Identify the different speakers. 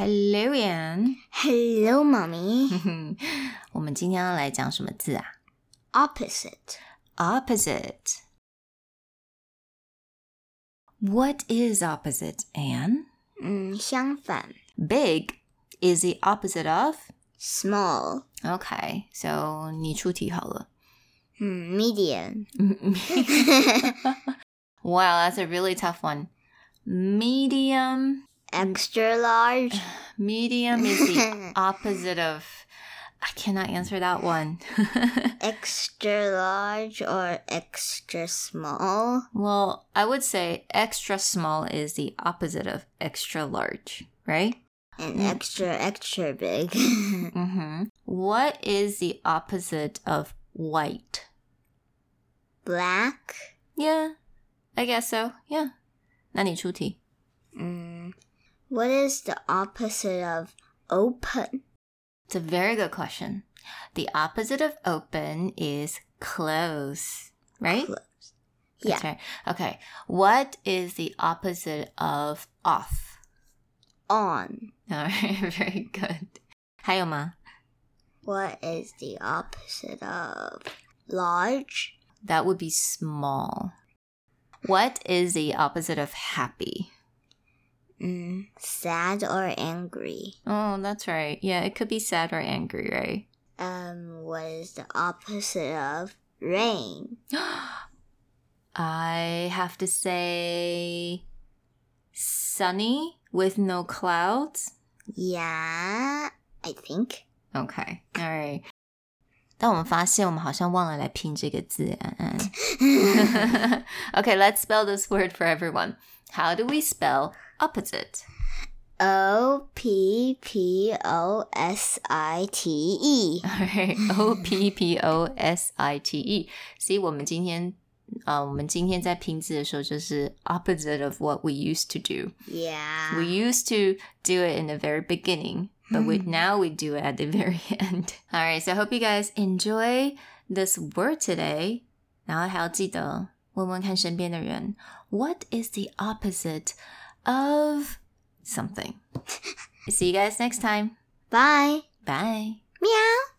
Speaker 1: Hello, Anne.
Speaker 2: Hello, mommy.
Speaker 1: 我们今天要来讲什么字啊
Speaker 2: Opposite.
Speaker 1: ？Opposite. What is opposite, Anne?
Speaker 2: 嗯，Mm, 相反
Speaker 1: Big is the opposite of.
Speaker 2: ，small.
Speaker 1: Okay, so 你出题好了。
Speaker 2: 嗯，medium. Mm,
Speaker 1: wow, that's a really tough one. Medium.
Speaker 2: Extra large.
Speaker 1: Medium is the opposite of. I cannot answer that one.
Speaker 2: extra large or extra small.
Speaker 1: Well, I would say extra small is the opposite of extra large, right?
Speaker 2: And extra, extra big.
Speaker 1: Mm-hmm. What is the opposite of white?
Speaker 2: Black.
Speaker 1: Yeah, I guess so. Yeah. 那你出题。
Speaker 2: Mm. What is the opposite of open?
Speaker 1: It's a very good question. The opposite of open is close, right?
Speaker 2: Clo-
Speaker 1: That's right. Okay. What is the opposite of off?
Speaker 2: On.
Speaker 1: All right. Very good. 还有吗？
Speaker 2: What is the opposite of large?
Speaker 1: That would be small. What is the opposite of happy?
Speaker 2: Mm. Sad or angry?
Speaker 1: Oh, that's right. Yeah, it could be sad or angry, right?
Speaker 2: Um, what is the opposite of rain?
Speaker 1: I have to say sunny with no clouds.
Speaker 2: Yeah, I think.
Speaker 1: Okay, all right. 但我们发现我们好像忘了来拼这个字，安安。okay, let's spell this word for everyone. How do we spell opposite?
Speaker 2: O P P O S I T E.
Speaker 1: All right, O P P O S I T E. See，我们今天呃，我们今天在拼字的时候，就是 opposite of what we used to do. We
Speaker 2: Yeah.
Speaker 1: used to do it in the very beginning, but we, now we do it at the very end. All right, so I hope you guys enjoy this word today. 然后还要记得问问看身边的人，What is the opposite of something? See you guys next time.
Speaker 2: Bye.
Speaker 1: Bye.
Speaker 2: Meow.